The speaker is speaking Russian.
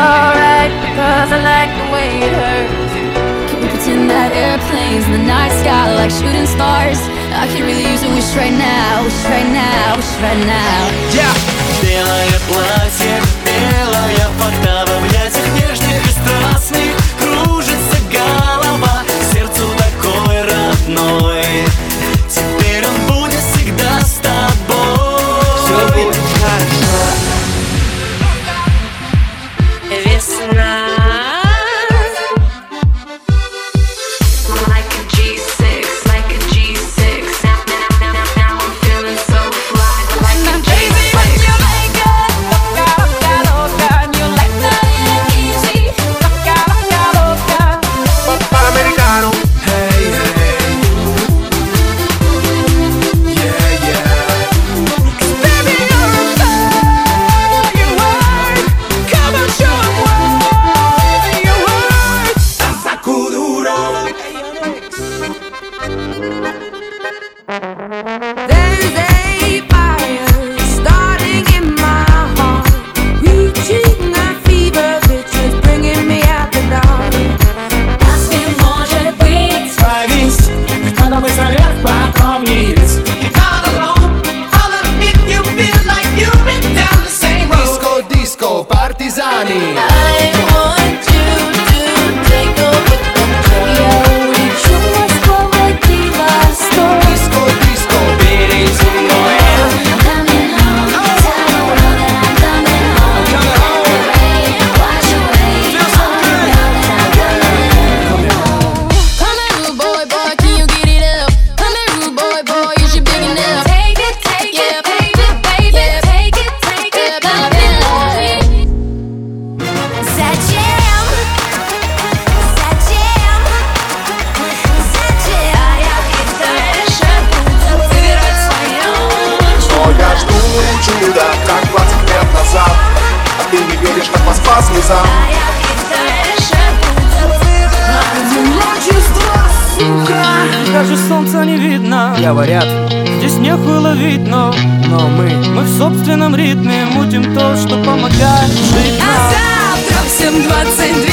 right because I like the way it hurts. Can we pretend that airplanes in the night sky are like shooting stars? I could really use a wish right now, wish right now, wish right now. Я белое платье, белая вода в объятиях нежных и страстных Кружится голова, сердцу такой родной Теперь он будет всегда с тобой Все будет хорошо Весна. Like a G6, like a G6. Now, now, now, now, now I'm feeling so fly. Like a G6. Американо, эй, эй Yeah, yeah There's a fire starting in my heart, reaching a fever pitch, it's bringing me out the dark. Повись, кто-то быстро вверх, потом вниз Диско, диско, партизани Я улечу Москва, Владивосток. Диско, диско, бери земной I'm coming home. Tell the world that I'm coming home. Wash away all the love that I'm coming home. Come here, rude boy, boy, can you get it up? Come here, rude boy, boy, you should bring it up. Take it, take it, take it, baby, take it, take it, baby. Зачем? Зачем? Зачем? А я решаю забирать свое. Что я жду чудо, как 20 лет назад А ты не веришь, как вас спас внезапно Даже солнца не видно Говорят, здесь нехуй ловить, но Но мы, мы в собственном ритме Мутим то, что помогает жить нам Завтра всем 22